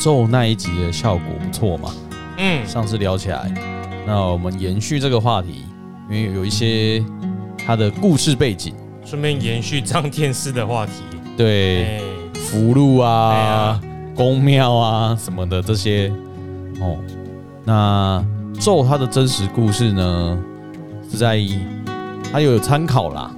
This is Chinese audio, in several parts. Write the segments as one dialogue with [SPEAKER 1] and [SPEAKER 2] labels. [SPEAKER 1] 咒那一集的效果不错嘛，
[SPEAKER 2] 嗯，
[SPEAKER 1] 上次聊起来，那我们延续这个话题，因为有一些它的故事背景，
[SPEAKER 2] 顺便延续张天师的话题，
[SPEAKER 1] 对
[SPEAKER 2] 哎，
[SPEAKER 1] 福禄
[SPEAKER 2] 哎
[SPEAKER 1] 啊
[SPEAKER 2] 呀、
[SPEAKER 1] 宫庙啊什么的这些哦。那咒它的真实故事呢，是在它有参考啦。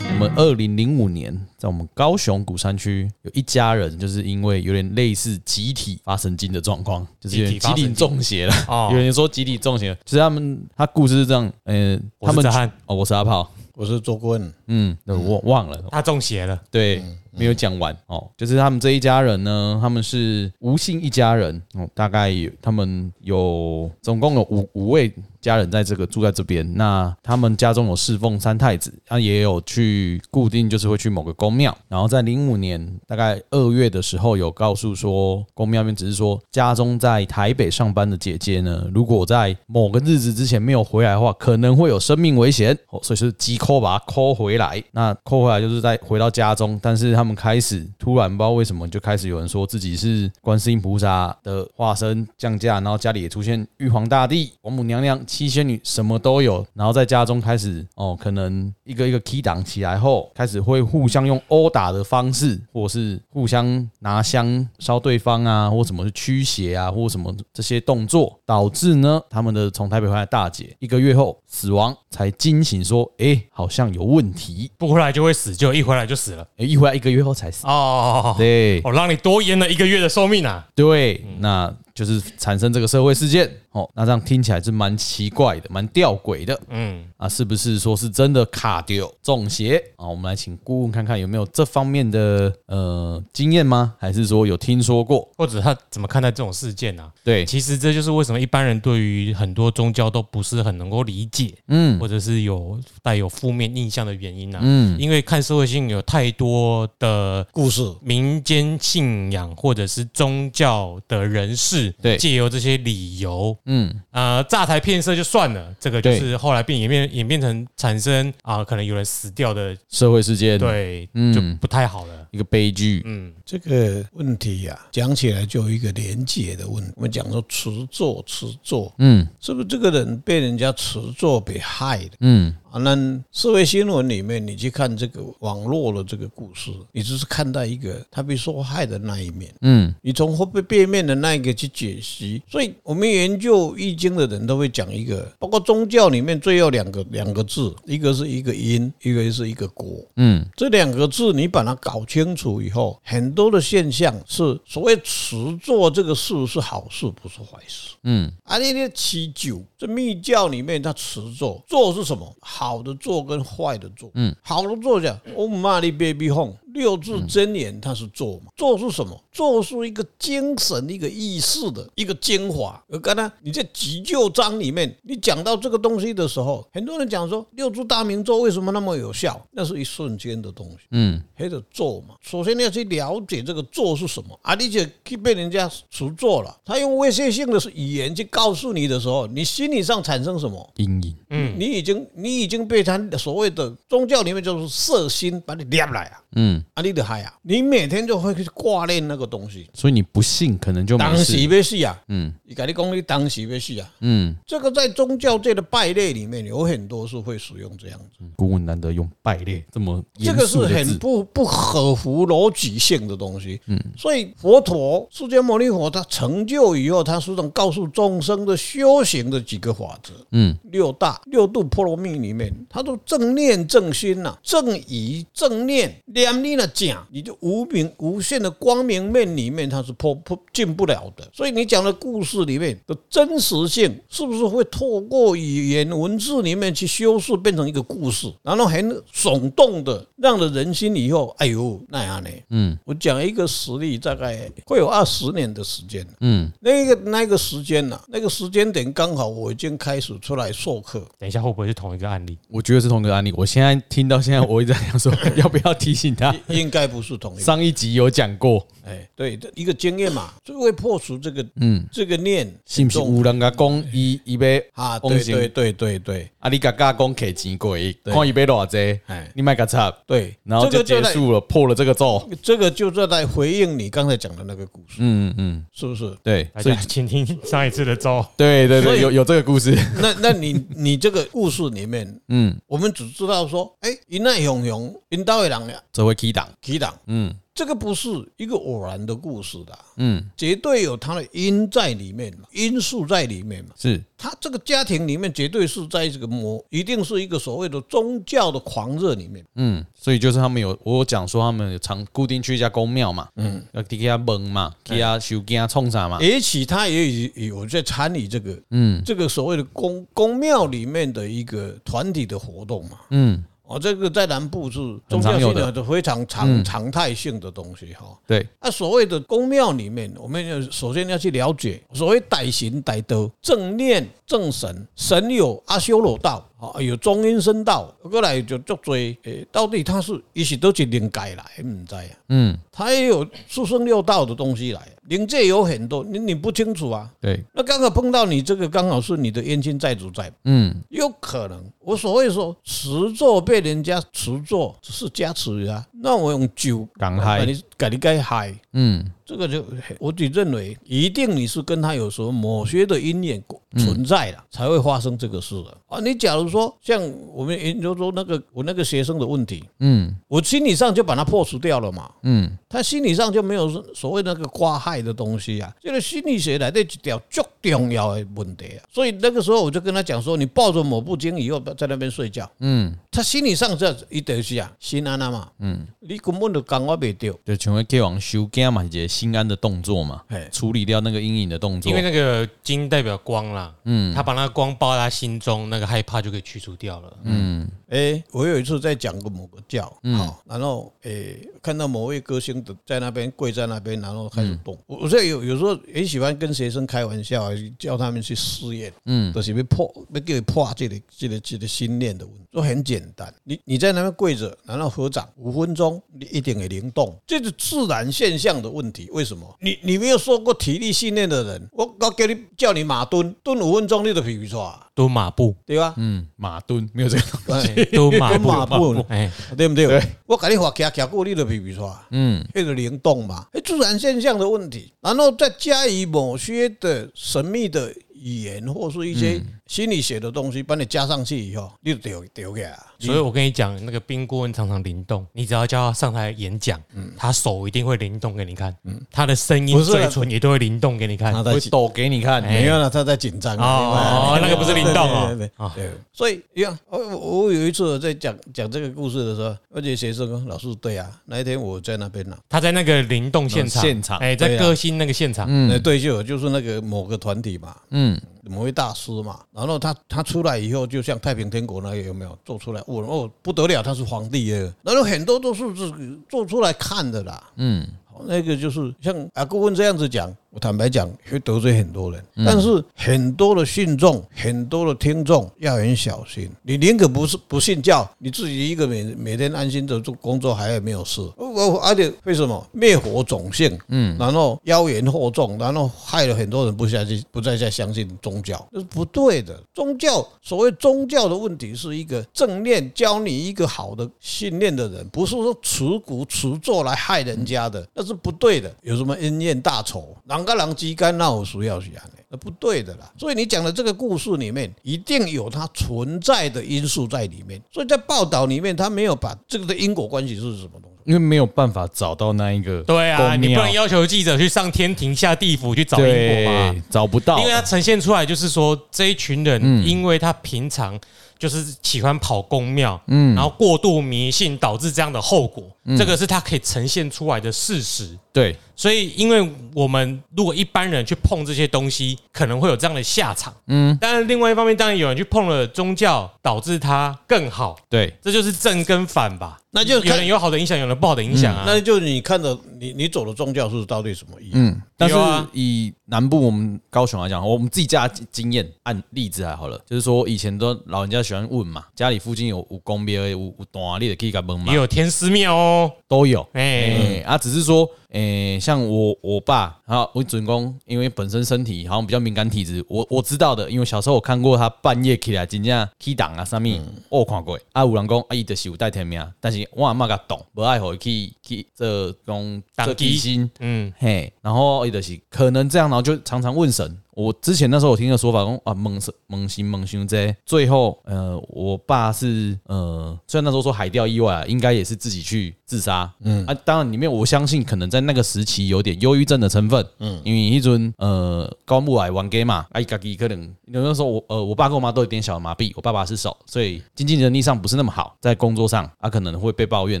[SPEAKER 1] 我们二零零五年，在我们高雄鼓山区有一家人，就是因为有点类似集体发神经的状况，就是有点
[SPEAKER 2] 集体发
[SPEAKER 1] 集
[SPEAKER 2] 神经
[SPEAKER 1] 体中邪了。
[SPEAKER 2] 哦
[SPEAKER 1] 有人说集体中邪，就是他们他故事是这样，嗯、
[SPEAKER 2] 我
[SPEAKER 1] 他
[SPEAKER 2] 是
[SPEAKER 1] 们
[SPEAKER 2] 哲翰
[SPEAKER 1] 哦，我是阿炮，
[SPEAKER 3] 我是周棍，
[SPEAKER 1] 嗯，对我忘了，
[SPEAKER 2] 他中邪了，
[SPEAKER 1] 对，没有讲完哦。就是他们这一家人呢，他们是吴姓一家人哦，大概有他们有总共有五五位家人在这个住在这边。那他们家中有侍奉三太子，他、也有去固定就是会去某个宫庙。然后在零五年大概二月的时候，有告诉说宫庙那边只是说家中在台北上班的姐姐呢，如果在某个日子之前没有回来的话，可能会有生命危险哦，所以是急扣把它扣回来。那扣回来就是在回到家中，但是他们开始突然不知道为什么就开始有人说自己是观世音菩萨的化身降驾，然后家里也出现玉皇大帝、王母娘娘、七仙女，什么都有。然后在家中开始哦，可能一个一个 key 档起来后，开始会互相用殴打的方式，或是互相拿香烧对方啊，或什么去驱邪啊，或什么这些动作，导致呢他们的从台北回来的大姐一个月后死亡，才惊醒说，诶，好像有问题。
[SPEAKER 2] 不回来就会死，就一回来就死了。
[SPEAKER 1] 诶一回来一个月后才死。
[SPEAKER 2] 哦，
[SPEAKER 1] 对，
[SPEAKER 2] 我让你多延了一个月的寿命啊！
[SPEAKER 1] 对，
[SPEAKER 3] 嗯
[SPEAKER 1] 那就是产生这个社会事件哦。那这样听起来是蛮奇怪的，蛮吊诡的
[SPEAKER 2] 嗯，
[SPEAKER 1] 啊，是不是说是真的卡丢中邪啊？我们来请顾问看看有没有这方面的呃经验吗？还是说有听说过？
[SPEAKER 2] 或者他怎么看待这种事件啊？
[SPEAKER 1] 对，
[SPEAKER 2] 其实这就是为什么一般人对于很多宗教都不是很能够理解，
[SPEAKER 1] 嗯
[SPEAKER 2] 或者是有带有负面印象的原因啊。
[SPEAKER 1] 嗯
[SPEAKER 2] 因为看社会性有太多的
[SPEAKER 3] 故事
[SPEAKER 2] 民间信仰或者是宗教的人士，
[SPEAKER 1] 对
[SPEAKER 2] 借由这些理由，
[SPEAKER 1] 嗯，
[SPEAKER 2] 呃，诈财骗色就算了，这个就
[SPEAKER 1] 对
[SPEAKER 2] 是后来变演变演变成产生啊、可能有人死掉的，
[SPEAKER 1] 社会事件，，
[SPEAKER 2] 对，
[SPEAKER 1] 嗯
[SPEAKER 2] 就不太好了。
[SPEAKER 1] 一个悲剧，
[SPEAKER 2] 嗯，
[SPEAKER 3] 这个问题呀、讲起来就有一个连结的问题。我们讲说持咒，持咒
[SPEAKER 1] 嗯
[SPEAKER 3] 是不是这个人被人家持咒被害的？
[SPEAKER 1] 嗯
[SPEAKER 3] 啊，那社会新闻里面，你去看这个网络的这个故事，你只是看到一个他被受害的那一面，
[SPEAKER 1] 嗯
[SPEAKER 3] 你从后背背面的那一个去解析。所以，我们研究易经的人都会讲一个，包括宗教里面最后两个两个字，一个是一个因，一个是一个果。
[SPEAKER 1] 嗯
[SPEAKER 3] 这两个字你把它搞清楚以后，很多的现象是所谓持做这个事是好事，不是坏事。
[SPEAKER 1] 嗯
[SPEAKER 3] 啊，那些持久，这密教里面它持做，做是什么？好的做跟坏的做。
[SPEAKER 1] 嗯，
[SPEAKER 3] 好的做讲，我玛丽 baby home 六字真言，它是做嘛？做是什么？做是一个精神、一个意识的一个精华。而刚才你在急救章里面，你讲到这个东西的时候，很多人讲说六字大明咒为什么那么有效？那是一瞬间的东西。
[SPEAKER 1] 嗯
[SPEAKER 3] 还得做嘛。首先你要去了解这个做是什么啊，你就去被人家除做了。他用威胁性的语言去告诉你的时候，你心理上产生什么？
[SPEAKER 1] 阴影，
[SPEAKER 3] 你已经你已经被他所谓的宗教里面就是色心把你掠来啊，
[SPEAKER 1] 嗯，
[SPEAKER 3] 啊你的害啊，你每天就会去挂念那个东西。
[SPEAKER 1] 所以你不信可能就没
[SPEAKER 3] 当时
[SPEAKER 1] 事，
[SPEAKER 3] 要死啊，
[SPEAKER 1] 嗯
[SPEAKER 3] 你跟你讲你当时要死啊，
[SPEAKER 1] 嗯，
[SPEAKER 3] 这个在宗教界的败类里面有很多是会使用这样子，
[SPEAKER 1] 嗯顾问难得用败类这么
[SPEAKER 3] 这
[SPEAKER 1] 严
[SPEAKER 3] 个是
[SPEAKER 1] 肃的
[SPEAKER 3] 很
[SPEAKER 1] 字，
[SPEAKER 3] 不不合乎逻辑性的东西。
[SPEAKER 1] 嗯
[SPEAKER 3] 所以佛陀释迦牟尼佛他成就以后，他是种告诉众生的修行的几个法则。
[SPEAKER 1] 嗯
[SPEAKER 3] 六大六度波罗蜜里面，他都正念正心呐、正疑正念，两力呢讲，你就无明无限的光明面里面，它是破破进不了的。所以你讲的故事里面的真实性，是不是会透过语言文字里面去修饰，变成一个故事，然后很耸动的，让了人心以后，哎呦那样呢？
[SPEAKER 1] 嗯
[SPEAKER 3] 我讲一个实例，大概会有二十年的时间了。
[SPEAKER 1] 嗯
[SPEAKER 3] 那个那个时间呐、那个时间点刚好我已经开始出来授课，
[SPEAKER 2] 等一下会不会是同一个案例？
[SPEAKER 1] 我觉得是同一个案例。我现在听到现在，我一直在 想说，要不要提醒他？
[SPEAKER 3] 应该不是同一个。
[SPEAKER 1] 上一集有讲过，
[SPEAKER 3] 哎，对，一个经验嘛，就会破除这个
[SPEAKER 1] 嗯，
[SPEAKER 3] 这个念
[SPEAKER 1] 是不是有人家讲伊伊要
[SPEAKER 3] 啊，
[SPEAKER 1] 风
[SPEAKER 3] 对
[SPEAKER 1] 行
[SPEAKER 3] 对对对对，
[SPEAKER 1] 啊？啊，你嘎嘎讲给钱鬼，看一杯多少 济
[SPEAKER 3] 哎，
[SPEAKER 1] 你卖个差，
[SPEAKER 3] 对，
[SPEAKER 1] 然后
[SPEAKER 3] 这
[SPEAKER 1] 就
[SPEAKER 3] 个
[SPEAKER 1] 结
[SPEAKER 3] 在。
[SPEAKER 1] 束了，破了这个咒。
[SPEAKER 3] 这个就是在回应你刚才讲的那个故事，
[SPEAKER 1] 嗯嗯，
[SPEAKER 3] 是不是？
[SPEAKER 1] 对，
[SPEAKER 2] 大
[SPEAKER 1] 所
[SPEAKER 2] 家
[SPEAKER 1] 以
[SPEAKER 2] 请听上一次的招，
[SPEAKER 1] 对对
[SPEAKER 3] 所
[SPEAKER 1] 对，
[SPEAKER 3] 以
[SPEAKER 1] 有有这个故事。
[SPEAKER 3] 那那你你这个故事里面，
[SPEAKER 1] 嗯，
[SPEAKER 3] 我们只知道说，哎、因那熊熊，因到的人呀，
[SPEAKER 1] 这会 key 档。
[SPEAKER 3] 起档，
[SPEAKER 1] 嗯
[SPEAKER 3] 这个不是一个偶然的故事的，
[SPEAKER 1] 嗯，
[SPEAKER 3] 绝对有它的因在里面嘛，因素在里面嘛。
[SPEAKER 1] 是
[SPEAKER 3] 他这个家庭里面绝对是在这个魔，一定是一个所谓的宗教的狂热里面。
[SPEAKER 1] 嗯，所以就是他们有我有讲说他们有常固定去一家公庙嘛，嗯，要去给他问嘛，给他修给他冲啥嘛。
[SPEAKER 3] 也许他也有有在参与这个
[SPEAKER 1] 啊嗯
[SPEAKER 3] 这个所谓的公公庙里面的一个团体的活动嘛。
[SPEAKER 1] 嗯，
[SPEAKER 3] 哦，这个在南部是宗
[SPEAKER 1] 很常
[SPEAKER 3] 教
[SPEAKER 1] 有
[SPEAKER 3] 信
[SPEAKER 1] 的嗯
[SPEAKER 3] 仰的非常常常态性的东西哈。
[SPEAKER 1] 对，
[SPEAKER 3] 那所谓的公庙里面，我们要首先要去了解所谓歹行歹德、正念正神，神有阿修罗道，啊有中阴身道，过来就足多诶，到底他是伊是都是灵界来，唔知啊，
[SPEAKER 1] 嗯
[SPEAKER 3] 他也有四生六道的东西来，灵界有很多，你你不清楚啊。
[SPEAKER 1] 对，
[SPEAKER 3] 那刚好碰到你这个，刚好是你的冤亲债主在，
[SPEAKER 1] 嗯
[SPEAKER 3] 有可能。我所谓说持咒被人家持咒只是加持啊，那我用酒
[SPEAKER 1] 港嗨
[SPEAKER 3] 把你给你该嗨。
[SPEAKER 1] 嗯
[SPEAKER 3] 这个就我只认为，一定你是跟他有什么某些的因缘存在
[SPEAKER 1] 嗯
[SPEAKER 3] 了，才会发生这个事的啊。你假如说像我们研究说那个我那个学生的问题，
[SPEAKER 1] 嗯
[SPEAKER 3] 我心理上就把他破除掉了嘛，
[SPEAKER 1] 嗯，
[SPEAKER 3] 他心理上就没有所谓那个瓜害的东西啊。这个心理学来的一条最重要的问题啊，所以那个时候我就跟他讲说，你抱着抹布巾以后在那边睡觉，
[SPEAKER 1] 嗯，
[SPEAKER 3] 他心理上这一得是啊，心安啊嘛，嗯，你根本就讲我袂对，
[SPEAKER 1] 就请问 K 王修给嘛，一个心安的动作嘛
[SPEAKER 3] 嘿，
[SPEAKER 1] 处理掉那个阴影的动作
[SPEAKER 2] 因为。那个金代表光啦，嗯，他把那个光包在他心中，那个害怕就可以去除掉了。嗯，
[SPEAKER 3] 诶，欸我有一次在讲个某个教，好，然后诶，看到某位歌星的在那边跪在那边，然后开始动。我我这有有时候也喜欢跟学生开玩笑啊，叫他们去试验，嗯，就是被破，被给破这个这个这个心念的问题，说很简单，你你在那边跪着，然后合掌五分钟，你一定会灵动，这是自然现象的问题。为什么？你你没有受过体力训练的人，我我给你叫你马蹲，蹲五分钟你就皮皮出来，
[SPEAKER 2] 蹲马步，
[SPEAKER 3] 对吧？
[SPEAKER 1] 嗯，马蹲没有这个东西。
[SPEAKER 3] 哎
[SPEAKER 2] 蹲马
[SPEAKER 3] 蹲马步
[SPEAKER 2] 步，哎，
[SPEAKER 3] 对不对？我跟你话徛徛过，你就皮皮出来，
[SPEAKER 1] 嗯
[SPEAKER 3] 那个灵动嘛，诶自然现象的问题，然后再加以某些的神秘的语言或是一
[SPEAKER 2] 嗯
[SPEAKER 3] 些心理学的东西，把你加上去以后，你就丢丢给啊。
[SPEAKER 2] 所以我跟你讲，那个冰顾问常常灵动，你只要叫他上台演讲，他手一定会灵动给你看，他的声
[SPEAKER 3] 嗯不
[SPEAKER 2] 音、
[SPEAKER 3] 是
[SPEAKER 2] 嘴
[SPEAKER 3] 啊
[SPEAKER 2] 唇也都会灵动给你看。
[SPEAKER 3] 他在
[SPEAKER 1] 会
[SPEAKER 3] 紧，
[SPEAKER 1] 抖给你看。
[SPEAKER 3] 没有了，他在紧张啊。
[SPEAKER 2] 哎哦，那个不是灵动
[SPEAKER 3] 对对
[SPEAKER 2] 哦
[SPEAKER 3] 对，
[SPEAKER 2] 啊，
[SPEAKER 3] 对，所以你看，我我我有一次在讲讲这个故事的时候，而且学生说老师对啊，那一天我在那边啊呢、
[SPEAKER 2] 他在那个灵动现场，
[SPEAKER 1] 嗯现场
[SPEAKER 2] 哎，在
[SPEAKER 3] 对啊
[SPEAKER 2] 歌星那个现场，
[SPEAKER 3] 嗯，那对就有就是那个某个团体嘛，
[SPEAKER 1] 嗯
[SPEAKER 3] 某位大师嘛，然后他他出来以后，就像太平天国那个有没有做出来？我哦不得了，他是皇帝耶！然后很多都是自己做出来看的啦。
[SPEAKER 1] 嗯，
[SPEAKER 3] 好哦那个就是像啊顾问这样子讲，我坦白讲会得罪很多人，但是很多的信众、很多的听众要很小心。你宁可不是不信教，你自己一个每每天安心的做工作，还有没有事？哦我我而且为什么灭火种姓？嗯，然后妖言惑众，然后害了很多人不下去，不再再相信宗教，这是不对的。宗教所谓宗教的问题是一个正念，教你一个好的信念的人，不是说持股持咒来害人家的，那是不对的。有什么恩怨大仇，人跟人之间那有需要去啊？那不对的啦。所以你讲的这个故事里面，一定有它存在的因素在里面。所以在报道里面，他没有把这个的因果关系是什么东西。
[SPEAKER 1] 因为没有办法找到那一个
[SPEAKER 2] 对啊，
[SPEAKER 1] 公
[SPEAKER 2] 你不能
[SPEAKER 1] 庙
[SPEAKER 2] 要求记者去上天庭下地府去找因
[SPEAKER 1] 对
[SPEAKER 2] 果吧？
[SPEAKER 1] 找不到
[SPEAKER 2] 因为，他啊呈现出来就是说，这一群人，
[SPEAKER 3] 嗯
[SPEAKER 2] 因为他平常就是喜欢跑公庙，嗯，然后过度迷信导致这样的后果，
[SPEAKER 3] 嗯
[SPEAKER 2] 这个是他可以呈现出来的事实。
[SPEAKER 1] 对，
[SPEAKER 2] 所以，因为我们如果一般人去碰这些东西，可能会有这样的下场。嗯，但是另外一方面，当然有人去碰了宗教，导致他更好，
[SPEAKER 1] 对，
[SPEAKER 2] 这就是正跟反吧。
[SPEAKER 3] 那就
[SPEAKER 2] 有
[SPEAKER 3] 看嗯
[SPEAKER 2] 人有好的影响，有人不好的影响啊。
[SPEAKER 3] 那就你看着你你走的宗教是到底什么意义？
[SPEAKER 1] 嗯，但是
[SPEAKER 2] 有啊
[SPEAKER 1] 以南部我们高雄来讲，我们自己家的经验按例子来啊好了，就是说以前都老人家喜欢问嘛，家里附近有有公庙有有段，你也可以给他问嘛
[SPEAKER 2] 也，有天师庙哦，
[SPEAKER 1] 都有，
[SPEAKER 2] 哎、
[SPEAKER 1] 哎啊，只是说诶、像我我爸，然后我准公，因为本身身体好像比较敏感体质，我我知道的，因为小时候我看过他半夜起来，真正起档啊，啥物、我有看过。啊，有人讲啊，伊就是有带天命，但是我阿嬷甲懂，无爱互伊去去做讲
[SPEAKER 2] 当
[SPEAKER 1] 做
[SPEAKER 2] 机
[SPEAKER 1] 基金，
[SPEAKER 2] 嗯，
[SPEAKER 1] 嘿，然后伊就是可能这样，然后就常常问神。我之前那时候我听的说法，讲啊蒙神蒙心蒙心这，最后呃我爸是呃虽然那时候说海钓意外啊，应该也是自己去自杀，嗯啊，当然里面我相信可能在那个时期有点忧郁症的成分，嗯，因为一尊呃高木来玩 game 嘛，啊伊家己可能那时候我呃我爸跟我妈都有点小的麻痹，我爸爸是手，所以经济能力上不是那么好，在工作上啊可能会被抱怨，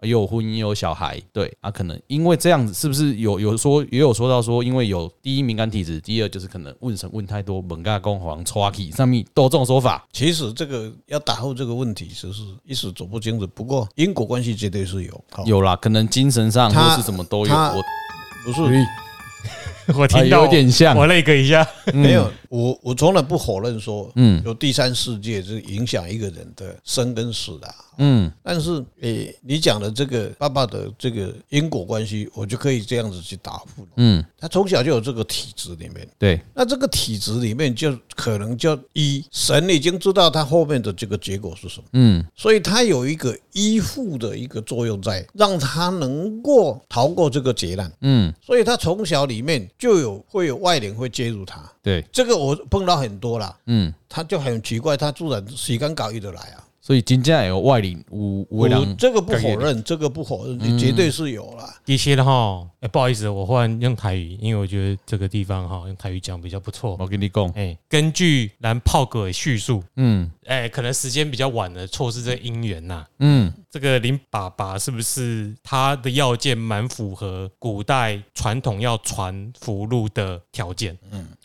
[SPEAKER 1] 啊又有婚姻又有小孩，对啊可能因为这样子是不是有有说也有说到说，因为有第一敏感体质，第二就是可能问神问太多，猛嘎公黄抓起上面都有这种说法，
[SPEAKER 3] 其实这个要打后这个问题，只是一时走不清楚。不过因果关系绝对是有，好
[SPEAKER 1] 有啦，可能精神上
[SPEAKER 3] 他
[SPEAKER 1] 或是什么都有，
[SPEAKER 3] 他
[SPEAKER 1] 我哎
[SPEAKER 3] 不
[SPEAKER 1] 嗯
[SPEAKER 3] 是
[SPEAKER 2] 嗯我听到
[SPEAKER 1] 啊有点像
[SPEAKER 2] 我那个一下，
[SPEAKER 3] 没有我，我从来不否认说，嗯，有第三世界是影响一个人的生跟死的啊。
[SPEAKER 1] 嗯
[SPEAKER 3] 但是，诶、你讲的这个爸爸的这个因果关系，我就可以这样子去答复了。
[SPEAKER 1] 嗯
[SPEAKER 3] 他从小就有这个体质里面，
[SPEAKER 1] 对，
[SPEAKER 3] 那这个体质里面就可能叫一神已经知道他后面的这个结果是什么，
[SPEAKER 1] 嗯
[SPEAKER 3] 所以他有一个依附的一个作用在，让他能够逃过这个劫难。
[SPEAKER 1] 嗯
[SPEAKER 3] 所以他从小里面就有会有外灵会介入他，
[SPEAKER 1] 对，
[SPEAKER 3] 这个我碰到很多啦，
[SPEAKER 1] 嗯，
[SPEAKER 3] 他就很奇怪，他自然时间搞一得来啊。
[SPEAKER 1] 所以真正有外灵有有
[SPEAKER 3] 我
[SPEAKER 1] 的人
[SPEAKER 3] 这个不否认，这个不否认，绝对是有啦。
[SPEAKER 2] 的确的哈。哎，不好意思，我忽然用台语，因为我觉得这个地方哈用台语讲比较不错。
[SPEAKER 1] 我跟你讲，
[SPEAKER 2] 哎，根据蓝炮哥的叙述，
[SPEAKER 1] 嗯
[SPEAKER 2] 哎，可能时间比较晚了，错失这姻缘呐。
[SPEAKER 1] 嗯
[SPEAKER 2] 这个林爸爸是不是他的要件蛮符合古代传统要传福禄的条件？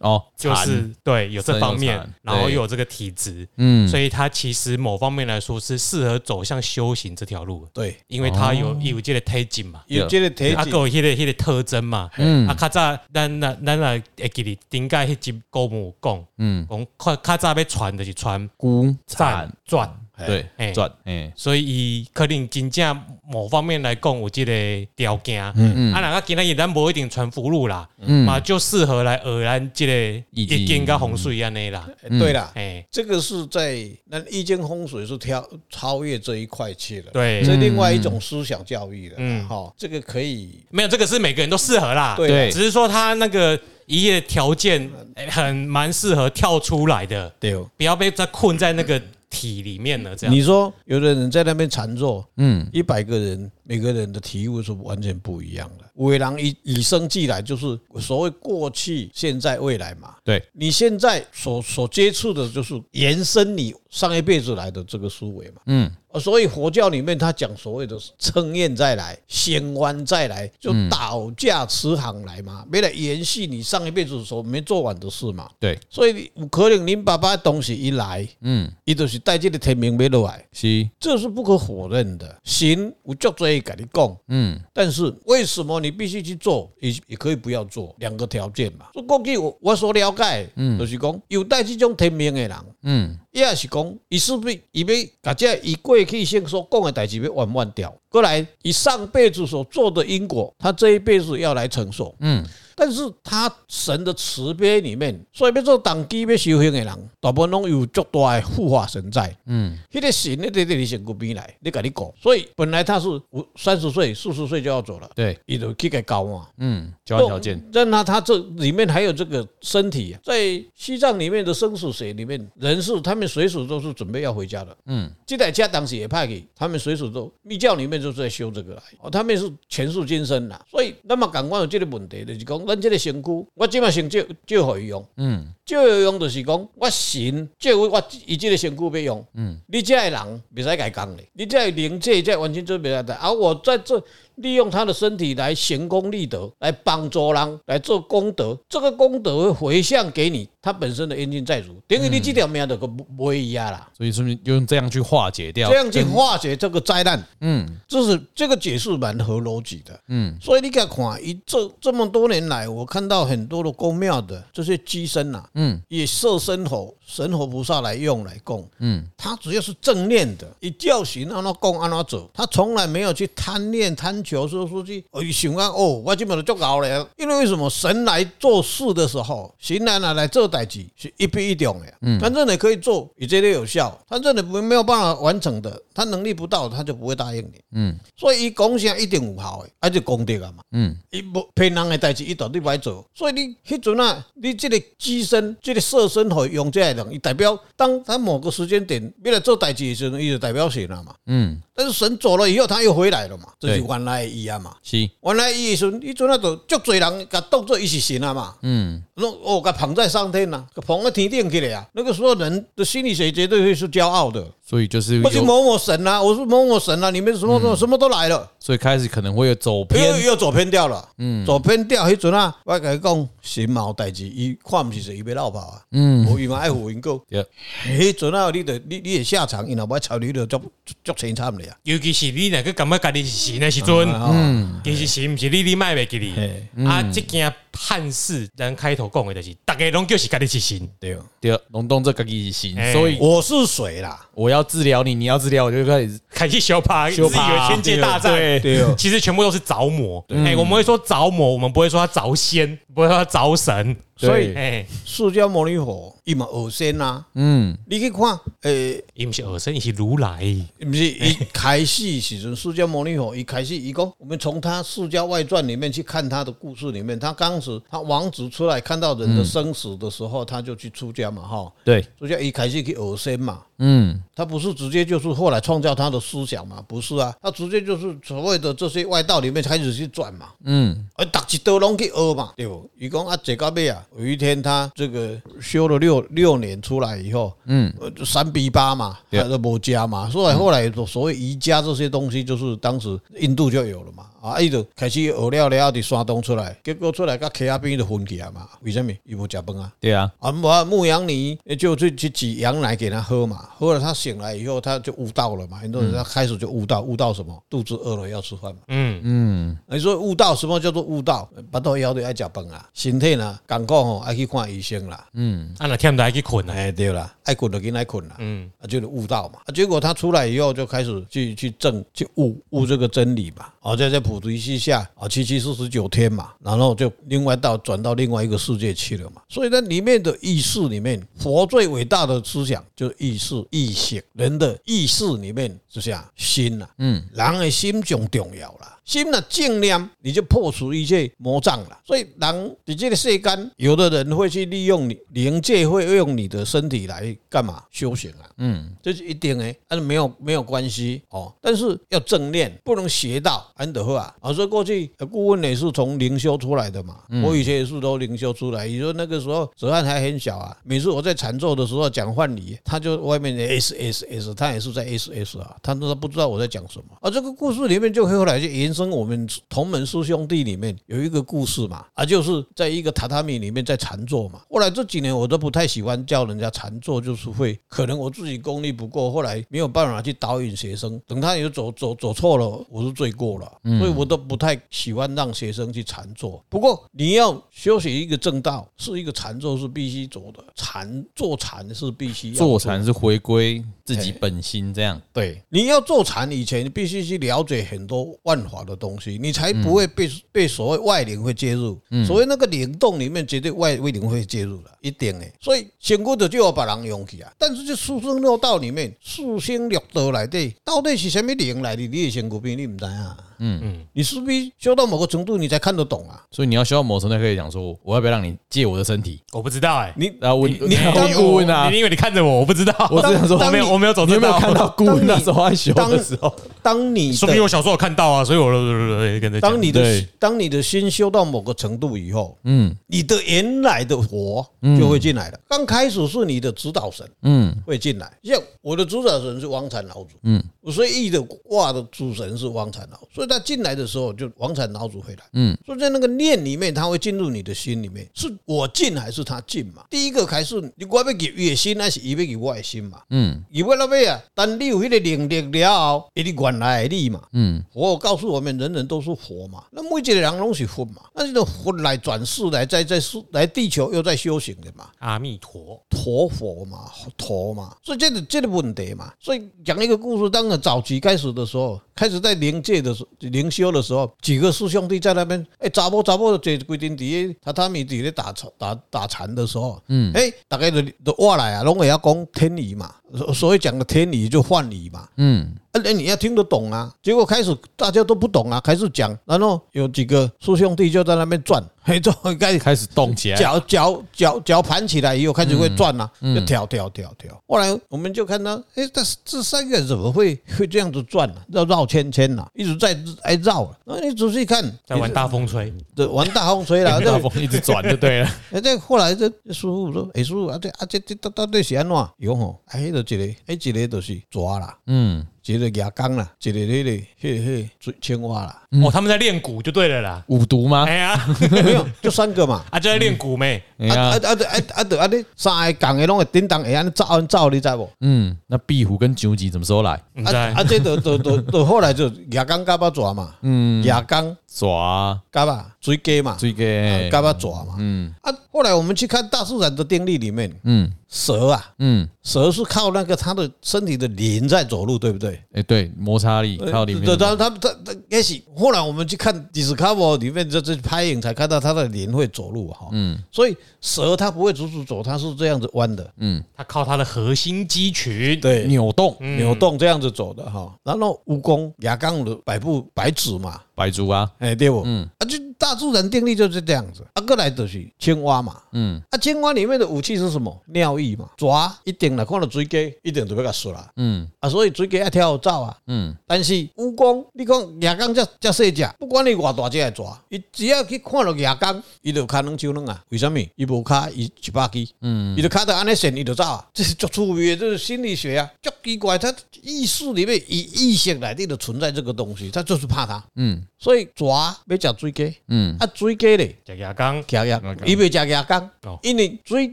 [SPEAKER 1] 哦，
[SPEAKER 2] 就是对有这方面
[SPEAKER 1] 身有残，
[SPEAKER 2] 然后
[SPEAKER 1] 对
[SPEAKER 2] 又有这个体质，
[SPEAKER 1] 嗯
[SPEAKER 2] 所以他其实某方面来说是适合走向修行这条路的，
[SPEAKER 3] 对，
[SPEAKER 1] 嗯
[SPEAKER 2] 因为他
[SPEAKER 1] 哦
[SPEAKER 2] 有有这个推进嘛，
[SPEAKER 3] 有这个提
[SPEAKER 2] 啊，
[SPEAKER 3] 及，
[SPEAKER 2] 有迄个迄个特征嘛。
[SPEAKER 1] 嗯
[SPEAKER 2] 啊，较早咱那咱那会记得顶解迄集高母讲，
[SPEAKER 1] 嗯，
[SPEAKER 2] 讲较较早要传就是传
[SPEAKER 1] 孤
[SPEAKER 2] 赞
[SPEAKER 1] 惨，
[SPEAKER 2] 转，
[SPEAKER 1] 对
[SPEAKER 2] 哎，
[SPEAKER 1] 转，哎，
[SPEAKER 2] 所以伊可能真正某方面来讲有即个条件，
[SPEAKER 3] 嗯
[SPEAKER 2] 啊，若个今仔日咱无一定传福禄啦，嘛就适合来学咱即个
[SPEAKER 1] 易
[SPEAKER 2] 易经甲风水安尼啦，
[SPEAKER 3] 哎对
[SPEAKER 1] 嗯
[SPEAKER 3] 啦，
[SPEAKER 2] 哎，
[SPEAKER 3] 这个是在那易经风水是挑超越这一块去了，
[SPEAKER 2] 对，
[SPEAKER 3] 这另外一
[SPEAKER 1] 嗯
[SPEAKER 3] 种思想教育了。
[SPEAKER 2] 嗯
[SPEAKER 3] 嗯，好，这个可以，
[SPEAKER 2] 没有这个是每个人都适合啦，
[SPEAKER 3] 对
[SPEAKER 1] 对
[SPEAKER 2] 啊只是说他那个一夜条件哎很蛮适合跳出来的，
[SPEAKER 3] 对哦。
[SPEAKER 2] 不要被再困在那个体里面了，这样
[SPEAKER 3] 你说有的人在那边缠绕，
[SPEAKER 1] 啊嗯
[SPEAKER 3] 一百个人，每个人的体悟是完全不一样的。伟郎以以生俱来，就是所谓过去、现在、未来嘛。
[SPEAKER 1] 对，
[SPEAKER 3] 你现在所所接触的就是延伸你上一辈子来的这个思维嘛。
[SPEAKER 1] 嗯
[SPEAKER 3] 呃所以佛教里面他讲所谓的称验再来、仙弯再来，就
[SPEAKER 1] 嗯
[SPEAKER 3] 倒驾慈航来嘛，为了延续你上一辈子所没做完的事嘛。
[SPEAKER 1] 对，
[SPEAKER 3] 所以有可能您爸爸的东西一来，
[SPEAKER 1] 嗯
[SPEAKER 3] 伊就是带这个天命没落来，
[SPEAKER 1] 是，
[SPEAKER 3] 这是不可否认的。行，我就这跟你讲，
[SPEAKER 1] 嗯
[SPEAKER 3] 但是为什么你必须去做，也也可以不要做，两个条件嘛。所以过去我我所了解，嗯，就是讲有带这种天命的人，
[SPEAKER 1] 嗯
[SPEAKER 3] 伊也是讲，伊是不是伊要把这伊过去先所讲的代志要完完掉，过来伊上辈子所做的因果，他这一辈子要来承受。
[SPEAKER 1] 嗯
[SPEAKER 3] 但是他神的慈悲里面，所以要做当机要修行的人，大部分拢有足大的护法神在。
[SPEAKER 1] 嗯
[SPEAKER 3] 迄个神，迄个在你身躯边来，你甲你讲，所以本来他是五三十岁、四十岁就要走了，
[SPEAKER 1] 对，
[SPEAKER 3] 伊就去给搞嘛。
[SPEAKER 1] 嗯交换条件，
[SPEAKER 3] 让他他这里面还有这个身体，啊在西藏里面的生死水里面，人是他们随时都是准备要回家的。
[SPEAKER 1] 嗯，
[SPEAKER 3] 这台家当时也派给他们，随时都密教里面就是在修这个来，哦，他们是前世今生啦。所以那么感官有这个问题，就是讲咱这个身躯，我即马先借借互伊用，
[SPEAKER 1] 嗯
[SPEAKER 3] 借互伊用就是讲我神借我我伊这个身躯要用，嗯，你这个人袂使改讲咧，你这个灵界这个完全做袂来的，而、我在这。利用他的身体来行功立德，来帮助人，来做功德。这个功德会回向给你，他本身的冤亲债主，等于你这条命就个不会一样啦。
[SPEAKER 1] 所以说明用这样去化嗯解掉，
[SPEAKER 3] 这样去化解这个灾难，
[SPEAKER 1] 嗯
[SPEAKER 3] 这是这个解释蛮合逻辑的。
[SPEAKER 1] 嗯
[SPEAKER 3] 所以你看看，一这这么多年来，我看到很多的宫庙的这些机身呐、啊，
[SPEAKER 1] 嗯
[SPEAKER 3] 也设身佛、神佛菩萨来用来供，
[SPEAKER 1] 嗯
[SPEAKER 3] 他只要是正念的，以教行按照供按照走，他从来没有去贪恋、贪求说出去，哎，想啊，哦，我基本上就搞了。因为为什么神来做事的时候，神来拿来做代志是一笔一种的，嗯，他认为可以做，也绝对有效；他认为没没有办法完成的，他能力不到，他就不会答应你。
[SPEAKER 1] 嗯
[SPEAKER 3] 所以伊讲啥一定有效的，啊，就功德啊嘛。
[SPEAKER 1] 嗯
[SPEAKER 3] 伊无骗人的代志，伊绝对歹做。所以你迄阵啊，你即个机身、即、个设身和用这个人，伊代表当他某个时间点要来做代志的时候，伊就代表神了嘛。
[SPEAKER 1] 嗯，
[SPEAKER 3] 但是神走了以后，他又回来了嘛，这是
[SPEAKER 1] 对
[SPEAKER 3] 原来的伊啊嘛。
[SPEAKER 1] 是，
[SPEAKER 3] 原来伊的时阵，迄阵啊，就足侪人甲当做伊是神啊嘛，
[SPEAKER 1] 嗯
[SPEAKER 3] 拢哦，甲捧在上天呐、啊，捧在天顶去了啊。那个时候人的心理学绝对会是骄傲的，
[SPEAKER 1] 所以就是
[SPEAKER 3] 我是
[SPEAKER 1] 有，
[SPEAKER 3] 某某神啊，我是某某神啊，你们什
[SPEAKER 1] 嗯
[SPEAKER 3] 么什么什么都来了。
[SPEAKER 1] 所以开始可能会有走
[SPEAKER 3] 又
[SPEAKER 1] 偏，
[SPEAKER 3] 又走偏掉了，嗯，走偏掉迄阵啊，我甲伊讲神嘛有代志，伊看毋是说伊要落跑啊，
[SPEAKER 1] 嗯，
[SPEAKER 3] 无伊嘛爱护因果。
[SPEAKER 1] 对
[SPEAKER 3] 迄阵啊，你着你你会下场，伊若无爱操你，你就足足足凄惨咧啊。
[SPEAKER 2] 尤其是你若个感觉家己是神的时阵，
[SPEAKER 3] 嗯，
[SPEAKER 2] 其实是毋是你你卖袂记
[SPEAKER 3] 嘿
[SPEAKER 2] 你啊？即件汉事咱开头讲的就是，逐个拢就是家己是神。
[SPEAKER 3] 对，
[SPEAKER 1] 对，龙洞这个异形，
[SPEAKER 2] 哎
[SPEAKER 1] 所以
[SPEAKER 3] 我是水啦，
[SPEAKER 1] 我要治疗你，你要治疗我，就开始
[SPEAKER 2] 凯西小帕自以
[SPEAKER 1] 修吧
[SPEAKER 2] 为天界大战，
[SPEAKER 1] 对
[SPEAKER 3] 对
[SPEAKER 2] 其实全部都是着魔。哎，我们会说着魔，我们不会说他着仙，不会说他着神。
[SPEAKER 3] 所
[SPEAKER 1] 以
[SPEAKER 2] 哎，
[SPEAKER 3] 释迦牟尼佛伊嘛恶仙啊，
[SPEAKER 1] 嗯
[SPEAKER 3] 你去看，诶，
[SPEAKER 2] 伊毋是耳身，伊是如来。
[SPEAKER 3] 毋是伊开始时阵，释迦牟尼佛伊开始伊讲，我们从他《释迦外传》里面去看他的故事里面，他当时他王子出来看到
[SPEAKER 1] 嗯
[SPEAKER 3] 人的生死的时候，他就去出家嘛，哈。
[SPEAKER 1] 对，
[SPEAKER 3] 所以一开始去恶心嘛，
[SPEAKER 1] 嗯
[SPEAKER 3] 他不是直接就是后来创造他的思想嘛？不是啊，他直接就是所谓的这些外道里面开始去转嘛，
[SPEAKER 1] 嗯
[SPEAKER 3] 而打一刀拢去学嘛，对不？伊讲啊，这到尾啊，有一天他这个修了六六年出来以后，
[SPEAKER 1] 嗯，
[SPEAKER 3] 呃三比八嘛，
[SPEAKER 1] 对
[SPEAKER 3] 他都没加嘛，所以后来所谓瑜伽这些东西，就是当时印度就有了嘛，啊，伊就开始学了了，伫山东出来，结果出来甲溪仔边就分起来嘛，为什么？伊无食饭啊。
[SPEAKER 1] 对啊，
[SPEAKER 3] 啊，我牧羊泥就去去挤羊奶给他喝嘛，喝了他醒来以后他就悟道了嘛，很多人他开始就悟道，悟到什么？肚子饿了要吃饭嘛。
[SPEAKER 2] 嗯，
[SPEAKER 1] 嗯
[SPEAKER 3] 你说悟道什么叫做悟道？把肚枵就爱食饭啊，身体呢，艰苦吼爱去看医生啦，
[SPEAKER 1] 嗯
[SPEAKER 2] 啊，若忝着爱去困啊。
[SPEAKER 3] 哎对啦，爱困就紧爱困啦。
[SPEAKER 2] 嗯，
[SPEAKER 3] 啊，就是悟道嘛。啊，结果他出来以后就开始去去证去悟悟这个真理嘛。哦，在在普提西下啊，七七四十九天嘛，然后就另外到转到另外一个世界去了嘛。所以在里面的意识里面，佛最伟大的思想就是意识意识，人的意识里面是啥心呐、
[SPEAKER 1] 嗯，
[SPEAKER 3] 人的心上重要啦。心若正念，你就破除一切魔障啦。所以人在这个世间，有的人会去利用你灵界，会用你的身体来干嘛修行啊？
[SPEAKER 1] 嗯，
[SPEAKER 3] 这是一定的，但是没有没有关系哦。但是要正念，不能邪道，安德赫啊。我说过去呃顾问也是从灵修出来的嘛，我以前也是都灵修出来。你说那个时候泽汉还很小啊，每次我在禅坐的时候讲幻理，他就外面的 S S S，他也是在 S S 啊，他都不知道我在讲什么。啊，这个故事里面就后来就延伸我们同门师兄弟里面有一个故事嘛，啊，就是在一个榻榻米里面在禅坐嘛。后来这几年我都不太喜欢叫人家禅坐，就是会可能我自己功力不够，后来没有办法去导引学生。等他有走走走错了，我是罪过了，所以我都不太喜欢让学生去禅坐。不过你要修学一个正道，是一个禅坐是必须走的，禅坐禅是必须要
[SPEAKER 1] 坐
[SPEAKER 3] 做
[SPEAKER 1] 禅是回归自己本心这样，
[SPEAKER 3] 对，你要做禅以前，你必须去了解很多万法的东西，你才不会被、被所谓外灵会介入。所谓那个灵动里面，绝对外外灵会介入了，一定的。所以先过的就要把人用起啊。但是这四生六道里面，四生六道来底到底是什么灵来的？你也先过边，你唔知啊。嗯嗯，你势必修到某个程度，你才看得懂啊。
[SPEAKER 1] 所以你要修到某程度可以讲说，我要不要让你借我的身体？
[SPEAKER 2] 我不知道哎。
[SPEAKER 3] 你
[SPEAKER 1] 然后问
[SPEAKER 3] 你你
[SPEAKER 1] 然后
[SPEAKER 3] 当
[SPEAKER 1] 问顾问啊
[SPEAKER 2] 你，因为你看着我，我不知道。
[SPEAKER 1] 我只想说
[SPEAKER 2] 我没有，我没有走
[SPEAKER 1] 你
[SPEAKER 2] 这
[SPEAKER 1] 有没有
[SPEAKER 2] 道。
[SPEAKER 1] 看到顾问那时候在修的时候？
[SPEAKER 3] 当你
[SPEAKER 2] 说
[SPEAKER 3] 的
[SPEAKER 2] 明我小时候有看到啊，所以我我跟着讲
[SPEAKER 3] 当你
[SPEAKER 1] 对
[SPEAKER 3] 的当你的心修到某个程度以后，
[SPEAKER 1] 嗯
[SPEAKER 3] 你的原来的火就会进来了。刚开始是你的指导神
[SPEAKER 1] 嗯
[SPEAKER 3] 会进来，像我的指导神是王禅老祖，
[SPEAKER 1] 嗯，
[SPEAKER 3] 所以易的卦的主神是王禅老祖，所以他进来的时候就王禅老祖会来，
[SPEAKER 1] 嗯，
[SPEAKER 3] 所以在那个念里面，他会进入你的心里面，是我进还是他进嘛？第一个还是你我要给月心，还是伊要给我的心嘛？
[SPEAKER 1] 嗯
[SPEAKER 3] 伊要到尾啊，当你有迄个能力了后，伊你原来的你嘛，
[SPEAKER 1] 嗯
[SPEAKER 3] 佛告诉我们，人人都是佛嘛，那每一个人拢是佛嘛，那这个佛来转世来在在世来地球又在修行的嘛，
[SPEAKER 2] 阿弥陀。
[SPEAKER 3] 陀佛嘛，陀嘛，所以这个这个问题嘛，所以讲一个故事，当然早期开始的时候，开始在灵界的时候，灵修的时候，几个师兄弟在那边，哎，查某查某坐规定伫榻榻米底咧打禅打打禅的时候，嗯，哎，大概就就话来啊，拢会晓讲天理嘛，所所以讲的天理就幻理嘛，
[SPEAKER 1] 嗯，
[SPEAKER 3] 啊，那你要听得懂啊。结果开始大家都不懂啊，开始讲，然后有几个师兄弟就在那边转，嘿，就开始
[SPEAKER 1] 开始动起来，嗯
[SPEAKER 3] 脚脚脚脚盘起来以后开始会转了、就跳跳跳跳。后来我们就看到，哎，但是这三个人怎么会会这样子转呢、绕绕圈圈呢、一直在挨绕了、那你仔细看，
[SPEAKER 2] 在玩大风吹，
[SPEAKER 3] 这玩大风吹
[SPEAKER 1] 大
[SPEAKER 3] 了，这
[SPEAKER 1] 风一直转就对了。
[SPEAKER 3] 哎，这后来这这师傅说，哎，师傅啊，这啊这这到到底是安怎样？有吼，哎，迄就一个，哎，一个就是蛇啦，
[SPEAKER 1] 嗯，
[SPEAKER 3] 一个牙缸啦，一个迄个迄迄水青蛙啦，
[SPEAKER 2] 哦，他们在练鼓就对了啦。
[SPEAKER 1] 五毒吗？
[SPEAKER 2] 哎呀，
[SPEAKER 3] 没有，就三个嘛。
[SPEAKER 2] 啊，就在练鼓妹，
[SPEAKER 1] 哎
[SPEAKER 3] 啊啊
[SPEAKER 1] 呀，
[SPEAKER 3] 啊啊啊！就啊，你三个共的拢会叮当会安尼走安走，你知无？
[SPEAKER 1] 嗯，那壁虎跟九级什么时候来？
[SPEAKER 2] 你
[SPEAKER 3] 啊
[SPEAKER 2] 知道？
[SPEAKER 3] 啊，这都都都都后来就牙缸嘎巴爪嘛，嗯，牙缸
[SPEAKER 1] 爪
[SPEAKER 3] 嘎巴水鸡嘛，
[SPEAKER 1] 这
[SPEAKER 3] 啊
[SPEAKER 1] 个，
[SPEAKER 3] 嘎巴爪嘛，
[SPEAKER 1] 嗯
[SPEAKER 3] 啊，后来我们去看大自然的定律里面，
[SPEAKER 1] 嗯
[SPEAKER 3] 蛇啊，
[SPEAKER 1] 嗯，
[SPEAKER 3] 蛇是靠那个它的身体的鳞在走路，对不对？
[SPEAKER 1] 哎，对，摩擦力靠里面
[SPEAKER 3] 对，
[SPEAKER 1] 的，
[SPEAKER 3] 它它它它也许后来我们去看 Discover 里面这这拍影才看到它的鳞会走路哈，嗯，所以蛇它不会直直走，它是这样子弯的，
[SPEAKER 2] 他靠他的核心肌群，
[SPEAKER 3] 对，
[SPEAKER 1] 嗯扭动，
[SPEAKER 3] 扭动这样子走的哈。然后蜈蚣牙缸的百步百指嘛，
[SPEAKER 1] 百足啊，
[SPEAKER 3] 哎，对不？嗯，啊，就大自然定律就是这样子。啊，过来就是青蛙嘛，嗯，啊，青蛙里面的武器是什么？尿液嘛，蛇一定来看到水鸡，一定就要甲杀啦。
[SPEAKER 1] 嗯
[SPEAKER 3] 啊，所以水鸡要跳走啊。
[SPEAKER 1] 嗯，
[SPEAKER 3] 但是蜈蚣，你讲牙缸才才细只，不管你偌大只的蛇，伊只要去看到牙缸，伊就卡两手软啊。为什么？伊无卡，伊一百支，嗯，伊就卡到安尼线，伊就走啊。这是足趣味的，这是心理学啊，足奇怪。它意识里面，以意识来的存在这个东西，它就是怕它。
[SPEAKER 1] 嗯
[SPEAKER 3] 所以蛇要食水鸡，
[SPEAKER 1] 嗯，
[SPEAKER 3] 啊，水鸡咧，
[SPEAKER 2] 假牙缸，
[SPEAKER 3] 吃牙，伊袂食牙缸
[SPEAKER 2] 哦，
[SPEAKER 3] 因为水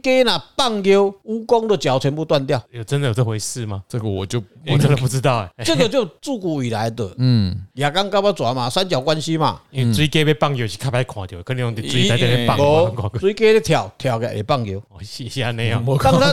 [SPEAKER 3] 鸡若放尿，蜈蚣的脚全部断 掉。
[SPEAKER 2] 有真的有这回事吗？
[SPEAKER 1] 这个我就
[SPEAKER 2] 我真的不知道哎、
[SPEAKER 3] 这个就自古以来的
[SPEAKER 1] 嗯，
[SPEAKER 3] 牙缸跟巴蛇嘛，啊三角关系嘛。
[SPEAKER 2] 因为追鸡被棒球是较歹看到，可能用追在这边棒
[SPEAKER 3] 无
[SPEAKER 2] 棒棒，
[SPEAKER 3] 水鸡咧跳跳个会放尿。
[SPEAKER 2] 哦是是安尼啊，
[SPEAKER 1] 我
[SPEAKER 3] 刚刚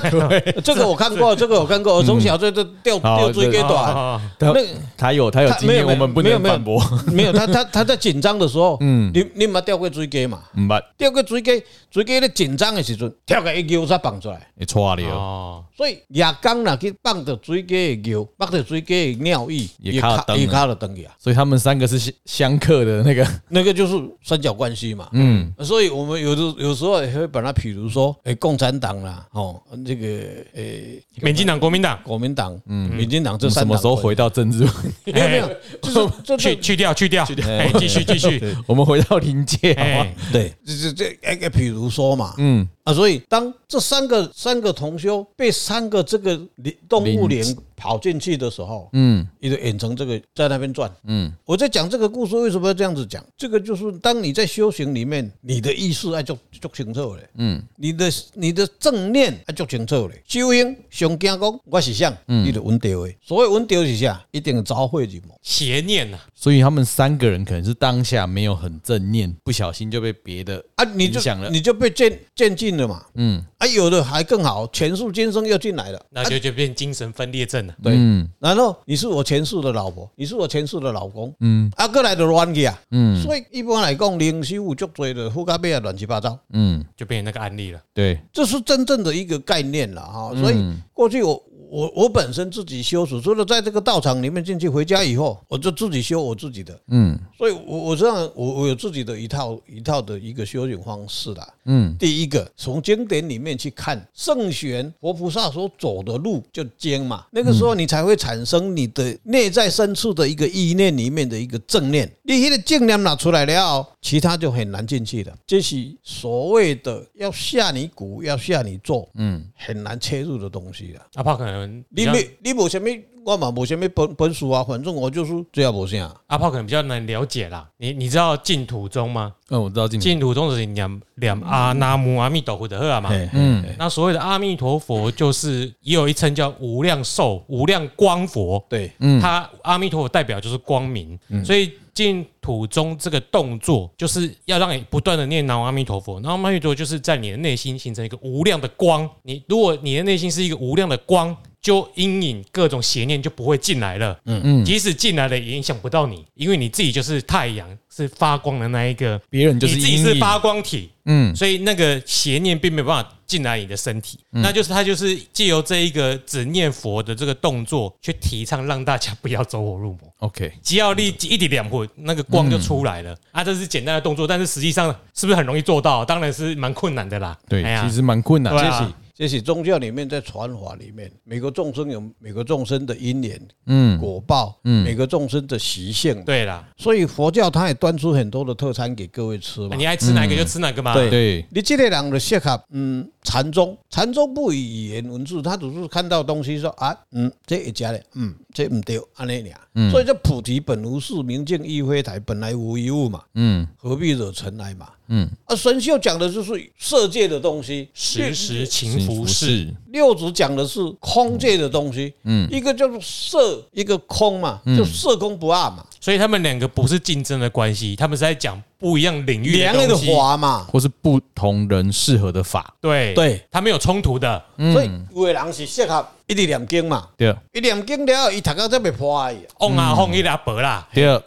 [SPEAKER 3] 这个我看 过，这个我看过，我从小就就钓
[SPEAKER 1] 好
[SPEAKER 3] 钓水鸡
[SPEAKER 2] 嗯哦哦
[SPEAKER 3] 短。
[SPEAKER 2] 哦
[SPEAKER 1] 他
[SPEAKER 3] 那
[SPEAKER 1] 他有他有
[SPEAKER 3] 他
[SPEAKER 1] 经验，
[SPEAKER 3] 没
[SPEAKER 1] 我
[SPEAKER 3] 有
[SPEAKER 1] 们不
[SPEAKER 3] 没有
[SPEAKER 1] 能
[SPEAKER 3] 没有
[SPEAKER 1] 反驳，
[SPEAKER 3] 没有他他他在紧张的时候，嗯，你你捌钓过水鸡嘛？
[SPEAKER 1] 唔捌，
[SPEAKER 3] 钓过水鸡，水鸡咧紧张的时阵，跳个一尿才放出来。
[SPEAKER 1] 你错了，
[SPEAKER 2] 哦，
[SPEAKER 3] 所以牙缸若去放着水鸡的尿，放着水鸡的尿液，
[SPEAKER 1] 也
[SPEAKER 3] 也
[SPEAKER 1] 卡灯
[SPEAKER 3] 也
[SPEAKER 1] 了
[SPEAKER 3] 卡了灯去啊。
[SPEAKER 1] 所以他们三个是相相克的那个，
[SPEAKER 3] 那个就是三角关系嘛。
[SPEAKER 1] 嗯，
[SPEAKER 3] 所以我们有的有时候也会把它，比如说，诶、共产党啦，哦，这个诶、
[SPEAKER 2] 民进党、国民党
[SPEAKER 3] 国民党、民进党
[SPEAKER 1] 我
[SPEAKER 3] 这
[SPEAKER 1] 们嗯
[SPEAKER 3] 三
[SPEAKER 1] 什么
[SPEAKER 3] 党
[SPEAKER 1] 时候
[SPEAKER 3] 关
[SPEAKER 1] 回到政 治？
[SPEAKER 3] 系？没有没有，就是这
[SPEAKER 2] 去
[SPEAKER 3] 这
[SPEAKER 2] 去掉去掉，哎，继续继续，
[SPEAKER 1] 我们回到临界好吗
[SPEAKER 2] 哎，
[SPEAKER 3] 对，这这这哎，诶比如说嘛，
[SPEAKER 1] 嗯，
[SPEAKER 3] 啊，所以当这三个三个同修被三个这个林动物园跑进去的时候，
[SPEAKER 1] 嗯
[SPEAKER 3] 也就演成这个在那边转。
[SPEAKER 1] 嗯
[SPEAKER 3] 我在讲这个故事，为什么要这样子讲？这个就是当你在修行里面，你的意识爱足足清楚嘞，
[SPEAKER 1] 嗯，
[SPEAKER 3] 你的你的正念爱足清楚嘞。修行上惊讲我是啥，
[SPEAKER 1] 嗯
[SPEAKER 3] 你就稳到的。所谓稳到是啥，一定召会入魔。
[SPEAKER 2] 邪念啊呐，
[SPEAKER 1] 所以他们三个人可能是当下没有很正念，不小心就被别的
[SPEAKER 3] 啊，你就
[SPEAKER 1] 影响了
[SPEAKER 3] 你就被渐渐进了嘛。
[SPEAKER 1] 嗯
[SPEAKER 3] 啊，有的还更好，前世今生又进来了。
[SPEAKER 2] 那就就变精神分裂症了。
[SPEAKER 3] 对
[SPEAKER 1] 嗯
[SPEAKER 3] 然后你是我前世的老婆，你是我前世的老公，嗯，啊，过来就乱去啊，嗯，所以一般来讲，灵修有足多的，覆盖啊乱七八糟，
[SPEAKER 1] 嗯，
[SPEAKER 2] 就变成那个案例了。
[SPEAKER 1] 对，
[SPEAKER 3] 这是真正的一个概念了哈。
[SPEAKER 1] 嗯
[SPEAKER 3] 所以过去我我我本身自己修持，除了在这个道场里面进去，回家以后我就自己修我自己的，
[SPEAKER 1] 嗯
[SPEAKER 3] 所以我我这样我我有自己的一套一套的一个修行方式啦。
[SPEAKER 1] 嗯
[SPEAKER 3] 第一个，从经典里面去看圣贤活菩萨所走的路，就经嘛。那个时候你才会产生你的内在深处的一个意念里面的一个正念。你迄个正念拿出来了后，其他就很难进去了。这是所谓的要下你骨，要下你做，
[SPEAKER 1] 嗯，
[SPEAKER 3] 很难切入的东西了。啊
[SPEAKER 2] 阿炮可能比
[SPEAKER 3] 你
[SPEAKER 2] 较，
[SPEAKER 3] 没你无什么，我嘛无什么本本事啊，反正我就是这也无啥。
[SPEAKER 2] 阿炮可能比较难了解啦。你你知道净土宗吗？
[SPEAKER 1] 嗯，我知道进
[SPEAKER 2] 净土宗是念念阿那姆阿弥陀佛的呵嘛。
[SPEAKER 3] 嘿
[SPEAKER 1] 嗯
[SPEAKER 2] 那所谓的阿弥陀佛，就是也有一称叫无量寿、无量光佛。
[SPEAKER 3] 对，
[SPEAKER 1] 嗯
[SPEAKER 2] 他阿弥陀佛代表就是光明，所以净土宗这个动作就是要让你不断的念南无阿弥陀佛，南无阿弥陀佛就是在你的内心形成一个无量的光。你如果你的内心是一个无量的光，就阴影各种邪念就不会进来了。嗯嗯，即使进来了，也影响不到你，因为你自己就是太阳，是发光的那一个，
[SPEAKER 1] 别人就是
[SPEAKER 2] 你自己
[SPEAKER 1] 阴
[SPEAKER 2] 是
[SPEAKER 1] 影
[SPEAKER 2] 发光体。
[SPEAKER 1] 嗯，
[SPEAKER 2] 所以那个邪念并没有办法进来你的身体，那就是他就是借由这一个只念佛的这个动作，去提倡让大家 不要走火入魔。
[SPEAKER 1] OK，
[SPEAKER 2] 只要力一滴两火，那个光就出来了、啊！这是简单的动作，但是实际上是不是很容易做到？当然是蛮困难的啦。
[SPEAKER 1] 对
[SPEAKER 2] 哎，呀
[SPEAKER 1] 其实蛮困难
[SPEAKER 2] 对
[SPEAKER 1] 的。
[SPEAKER 2] 啊
[SPEAKER 3] 这是这是宗教里面在传法里面，每个众生有每个众生的因缘、
[SPEAKER 1] 嗯
[SPEAKER 3] 果报，
[SPEAKER 1] 嗯
[SPEAKER 3] 每个众生的习性。
[SPEAKER 2] 对啦，
[SPEAKER 3] 所以佛教它也端出很多的特餐给各位吃嘛。
[SPEAKER 2] 哎你爱吃哪个就吃哪个嘛。
[SPEAKER 3] 对
[SPEAKER 1] 对，
[SPEAKER 3] 你这类人就适合嗯禅宗，禅宗不以语言文字，他只是看到东西说啊，嗯，这一家的，嗯，这唔对，安尼俩。
[SPEAKER 1] 嗯
[SPEAKER 3] 所以这菩提本无事，明镜亦非台，本来无一物嘛，
[SPEAKER 1] 嗯
[SPEAKER 3] 何必惹尘埃嘛。
[SPEAKER 1] 嗯，
[SPEAKER 3] 啊，神秀讲的就是色界的东西，
[SPEAKER 2] 时时勤
[SPEAKER 1] 幸
[SPEAKER 2] 拂
[SPEAKER 1] 福
[SPEAKER 2] 拭，
[SPEAKER 1] 是，
[SPEAKER 3] 六祖讲的是空界的东西，嗯，一个叫做色，一个空嘛，
[SPEAKER 1] 嗯
[SPEAKER 3] 就色空不二嘛，
[SPEAKER 2] 所以他们两个不是竞争的关系，他们是在讲不一样领域
[SPEAKER 3] 两
[SPEAKER 2] 的
[SPEAKER 3] 个
[SPEAKER 2] 东西。
[SPEAKER 3] 华嘛，
[SPEAKER 1] 或是不同人适合的法。
[SPEAKER 2] 对
[SPEAKER 3] 对，
[SPEAKER 2] 他们有冲突的。
[SPEAKER 3] 所以有的人是适合一直念经嘛，
[SPEAKER 1] 对
[SPEAKER 3] 嗯一念经了后，伊读到才袂破去
[SPEAKER 2] 嗡啊嗡一拉伯啦，哎
[SPEAKER 1] 对，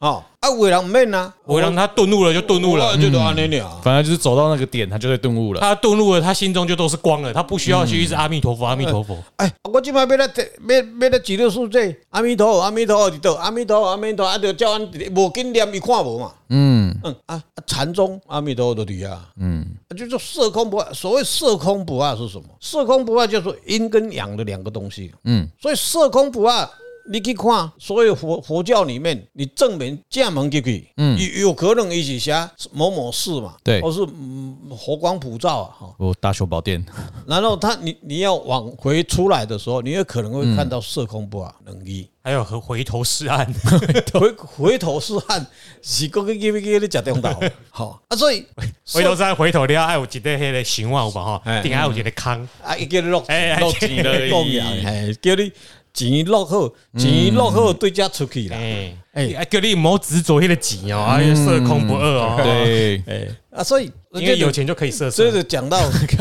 [SPEAKER 3] 哦，啊，有的人唔免啊，嗯
[SPEAKER 2] 我让他顿悟了就顿悟了，
[SPEAKER 3] 就都安尼俩。
[SPEAKER 1] 反正就是走到那个点，他就会顿悟了。
[SPEAKER 2] 他顿悟了，他心中就都是光了，他不需要去一直阿弥陀佛阿弥陀佛。
[SPEAKER 3] 哎，我即摆要来提要要来指了数这阿弥陀佛，阿弥陀佛，伫倒，阿弥陀佛，阿弥陀佛，啊，就照安无紧念伊看无嘛。
[SPEAKER 1] 嗯
[SPEAKER 3] 嗯啊，啊禅宗阿弥陀佛都伫啊。嗯，就是色空不二。所谓色空不二是什么？色空不二就是阴跟阳的两个东西。
[SPEAKER 1] 嗯，
[SPEAKER 3] 所以色空不二，你去看所有佛佛教里面，你证明正门进去，嗯，有有可能伊是写某某事嘛，
[SPEAKER 1] 对
[SPEAKER 3] 或是嗯佛光普照啊，哈。
[SPEAKER 1] 我大雄宝殿，
[SPEAKER 3] 然后他你你要往回出来的时候，你也可能会看到色空不二能一。
[SPEAKER 2] 还有和回头是岸，
[SPEAKER 3] 回回头是岸，是个个个个你食中岛，好啊，所以
[SPEAKER 2] 回头是岸，回头了，爱有一个迄个想法有吧吼，
[SPEAKER 3] 哎
[SPEAKER 2] 顶下有一个坑。
[SPEAKER 3] 啊，伊叫你落
[SPEAKER 2] 哎
[SPEAKER 3] 落钱
[SPEAKER 1] 哎
[SPEAKER 3] 供养，哎，叫你钱落好，钱落好对家出去啦。
[SPEAKER 2] 嗯哎
[SPEAKER 3] 哎嗯
[SPEAKER 2] 哎，叫你莫执着迄个钱哦，啊，色空不二哦。，
[SPEAKER 1] 对，
[SPEAKER 3] 哎啊，所以
[SPEAKER 2] 因为有，钱就可以色
[SPEAKER 3] 所以
[SPEAKER 2] 色。
[SPEAKER 3] 就讲 到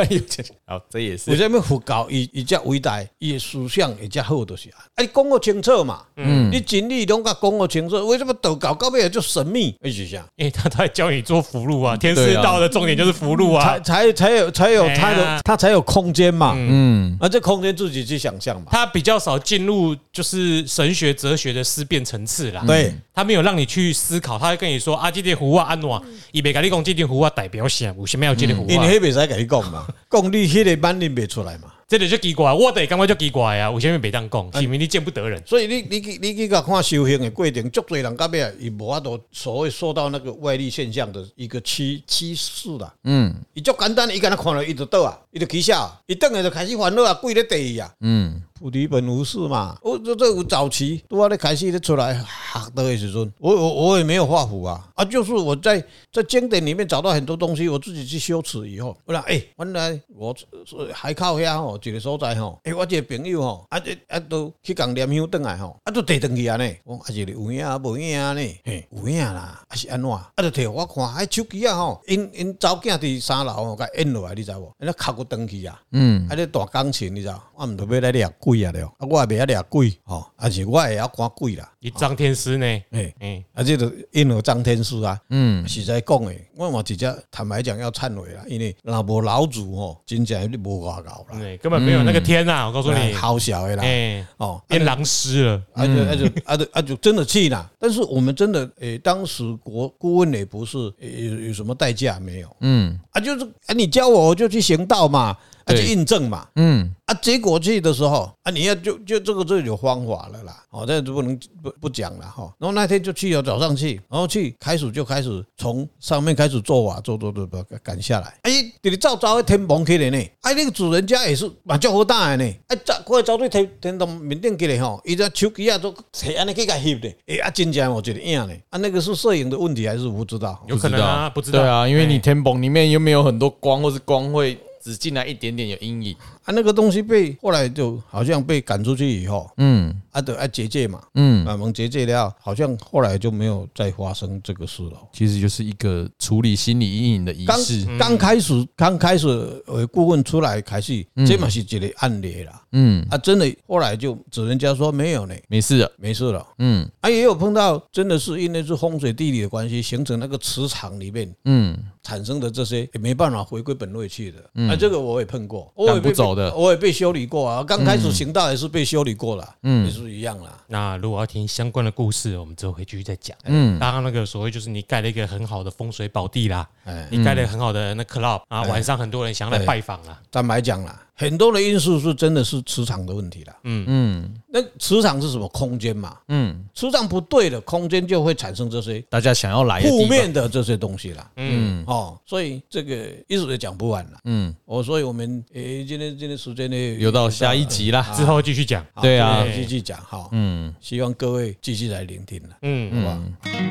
[SPEAKER 3] 有钱，
[SPEAKER 1] 好，这也
[SPEAKER 3] 为，什么佛教伊伊只伟大，伊的思想伊只好就是啊，啊，你讲个清楚嘛，嗯，你真理拢甲讲个清楚，为什么道教到尾也就神秘？哎，是啥？
[SPEAKER 2] 因为他在教你做福禄啊，天
[SPEAKER 1] 对
[SPEAKER 2] 师
[SPEAKER 1] 啊
[SPEAKER 2] 道的重点就是福禄啊
[SPEAKER 3] 才。才才有才有
[SPEAKER 2] 哎呀
[SPEAKER 3] 他的他才有空间嘛，
[SPEAKER 1] 嗯，
[SPEAKER 3] 啊，这空间自己去想象嘛，
[SPEAKER 2] 他比较少进入就是神学、哲学的思辨层次啦。
[SPEAKER 3] 对。
[SPEAKER 2] 他没有让你去思考，他会跟你说啊，这条湖啊，安怎？伊袂跟你讲这条湖啊代表啥，有啥物有这条湖
[SPEAKER 3] 因
[SPEAKER 2] 啊？
[SPEAKER 3] 为迄袂使甲你讲嘛，讲你迄个版恁袂出来嘛，
[SPEAKER 2] 这个就奇怪，我得感觉就奇怪啊，有啥物袂当讲？是因为你见不得人。
[SPEAKER 3] 所以你你去你去甲看修行的过程，足侪人到尾啊，伊无法度所谓受到那个外力现象的一个趋趋势啦。
[SPEAKER 1] 嗯
[SPEAKER 3] 伊足简单，伊敢若看了伊就倒啊，伊就起下啊，伊等下就开始烦恼啊，跪咧地啊。
[SPEAKER 1] 嗯，
[SPEAKER 3] 菩提本无事嘛，我这这有早期，拄啊咧开始咧出来学的时阵，我我我也没有画符啊，啊，就是我在在经典里面找到很多东西，我自己去修持以后，我讲诶，原来我是海口遐吼一个所在吼，诶，我一个朋友吼，啊这啊都去共念香转来吼，啊都摕转去啊呢，我讲啊是有影啊无影啊呢，嘿，有影啦，啊是安怎啊？啊就摕互我看，啊手机啊吼，因因查某囝伫三楼吼，甲按落来，你知无？因那敲骨断去啊。
[SPEAKER 1] 嗯，
[SPEAKER 3] 啊，你大钢琴你知道，我毋特别来掠鬼啊了，啊，我也袂晓掠鬼吼，啊是我会晓赶鬼啦，
[SPEAKER 2] 你张天师呢？
[SPEAKER 3] 诶、
[SPEAKER 2] 哎，
[SPEAKER 3] 啊，这个因为张天师啊，
[SPEAKER 1] 嗯，
[SPEAKER 3] 实在讲诶，我嘛直接坦白讲要忏悔啦，因为若无老祖吼，真正你无外搞啦，
[SPEAKER 2] 对，根本没有那个天呐！我告诉你，
[SPEAKER 3] 好小诶啦，
[SPEAKER 2] 哎，
[SPEAKER 3] 哦，啊
[SPEAKER 2] 变狼师了。
[SPEAKER 3] 啊
[SPEAKER 1] 嗯
[SPEAKER 3] 就啊就啊就啊就真的去啦，但是我们真的诶、当时国顾问也不是、诶有有什么代价没有
[SPEAKER 1] 嗯
[SPEAKER 3] 啊，就是啊你教我我就去行道嘛，啊
[SPEAKER 1] 对
[SPEAKER 3] 去印证嘛，
[SPEAKER 1] 嗯，
[SPEAKER 3] 啊，结果去的时候啊，你要就就这个就有方法了啦，哦，这就不能不不讲了哈。然后那天就去了，哦早上去，然后去开始就开始从上面开始做瓦，做做做做赶下来。哎，这里照早的天崩起来呢，哎，那个主人家也是蛮叫好大的呢，哎，早快早对天天到面顶起来吼，伊只手机啊都摕安尼去甲翕的，哎啊，真正有一个影呢，啊，那个是摄影的问题还是我不知道吼？
[SPEAKER 2] 有可能啊，不知道。
[SPEAKER 1] 对啊，因为你
[SPEAKER 2] 哎
[SPEAKER 1] 天崩里面又没有很多光，或是光会只进来一点点有阴影，
[SPEAKER 3] 啊，那个东西被后来就好像被赶出去以后，
[SPEAKER 1] 嗯
[SPEAKER 3] 啊，对，啊结界嘛，
[SPEAKER 1] 嗯，
[SPEAKER 3] 满蒙结界了，好像后来就没有再发生这个事了。
[SPEAKER 1] 其实就是一个处理心理阴影的仪
[SPEAKER 3] 刚
[SPEAKER 1] 式。
[SPEAKER 3] 刚开始，刚开始呃，顾问出来开始，这嘛是一个案例啦。
[SPEAKER 1] 嗯，
[SPEAKER 3] 啊，真的，后来就指人家说没有呢，
[SPEAKER 1] 没事的。
[SPEAKER 3] 没事了。
[SPEAKER 1] 嗯
[SPEAKER 3] 啊，也有碰到，真的是因为是风水地理的关系，形成那个磁场里面
[SPEAKER 1] 嗯，
[SPEAKER 3] 产生的这些，也没办法回归本位去的。啊，这个我也碰过，我也
[SPEAKER 1] 赶
[SPEAKER 3] 被
[SPEAKER 1] 不走的。嗯
[SPEAKER 3] 我也被修理过啊。刚开始行道也是被修理过了，嗯，也是一样啦。
[SPEAKER 2] 那如果要听相关的故事，我们之后会继续再讲。
[SPEAKER 1] 嗯
[SPEAKER 2] 嗯，刚刚那个所谓就是你盖了一个很好的风水宝地啦，
[SPEAKER 3] 哎，
[SPEAKER 2] 你盖了一个很好的那 club 啊，晚上很多人想要来拜访啦。
[SPEAKER 3] 坦白讲啦，很多的因素是真的是磁场的问题啦。
[SPEAKER 1] 嗯
[SPEAKER 3] 那磁场是什么？空间嘛，
[SPEAKER 1] 嗯，
[SPEAKER 3] 磁场不对了，空间就会产生这些
[SPEAKER 1] 大家想要来的
[SPEAKER 3] 负
[SPEAKER 1] 地方，
[SPEAKER 3] 面的这些东西啦。
[SPEAKER 2] 嗯，
[SPEAKER 3] 哦，所以这个一直也讲不完了。
[SPEAKER 1] 嗯，
[SPEAKER 3] 哦，所以我们诶，今天今天时间呢，
[SPEAKER 1] 留到下一集
[SPEAKER 3] 啊
[SPEAKER 1] 啦。
[SPEAKER 2] 之后继续讲。
[SPEAKER 3] 好
[SPEAKER 1] 对啊
[SPEAKER 3] 继续讲哈。
[SPEAKER 1] 嗯，
[SPEAKER 3] 希望各位继续来聆听了，
[SPEAKER 2] 嗯，
[SPEAKER 3] 好不好？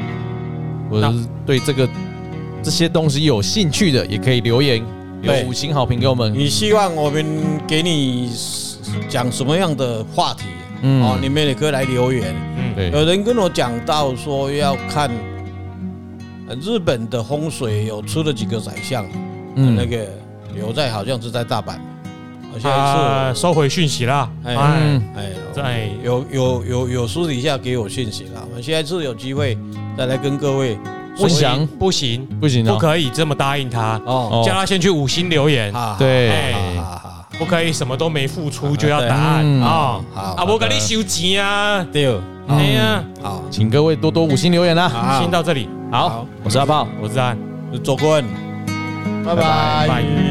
[SPEAKER 1] 我是对这个这些东西有兴趣的，也可以留言
[SPEAKER 3] 对嗯
[SPEAKER 1] 留五星好评给我们。
[SPEAKER 3] 你希望我们给你讲什么样的话题？
[SPEAKER 1] 嗯
[SPEAKER 3] 哦，你们也可以来留言。
[SPEAKER 1] 对，
[SPEAKER 3] 有人跟我讲到说要看呃日本的风水，有出了几个宰相，那
[SPEAKER 1] 嗯，
[SPEAKER 3] 个有在好像是在大阪，好像
[SPEAKER 2] 他
[SPEAKER 1] 啊
[SPEAKER 3] 是
[SPEAKER 2] 收回讯息啦。
[SPEAKER 3] 哎
[SPEAKER 2] 哎，
[SPEAKER 1] 嗯
[SPEAKER 3] 哎。
[SPEAKER 2] 在
[SPEAKER 3] 有有有有私底下给我讯息啦，我们下一次有机会再来跟各位
[SPEAKER 1] 不行
[SPEAKER 2] 不行，
[SPEAKER 1] 不行
[SPEAKER 2] 不
[SPEAKER 1] 哦，
[SPEAKER 2] 可以这么答应他，
[SPEAKER 3] 哦，
[SPEAKER 1] 哦
[SPEAKER 2] 叫他先去五星留言，
[SPEAKER 3] 好，
[SPEAKER 1] 对
[SPEAKER 2] 哎，
[SPEAKER 3] 好好好，
[SPEAKER 2] 不可以什么都没付出就要答案
[SPEAKER 1] 嗯
[SPEAKER 2] 啊
[SPEAKER 3] 好
[SPEAKER 2] 啊！我给你收钱啊，
[SPEAKER 3] 对，
[SPEAKER 2] 哎呀，
[SPEAKER 3] 好，
[SPEAKER 1] 请各位多多五星留言啊啦。
[SPEAKER 3] 好
[SPEAKER 2] 先到这里，
[SPEAKER 1] 好，我是阿炮，
[SPEAKER 2] 我是安，
[SPEAKER 3] 左棍，拜拜
[SPEAKER 2] 拜。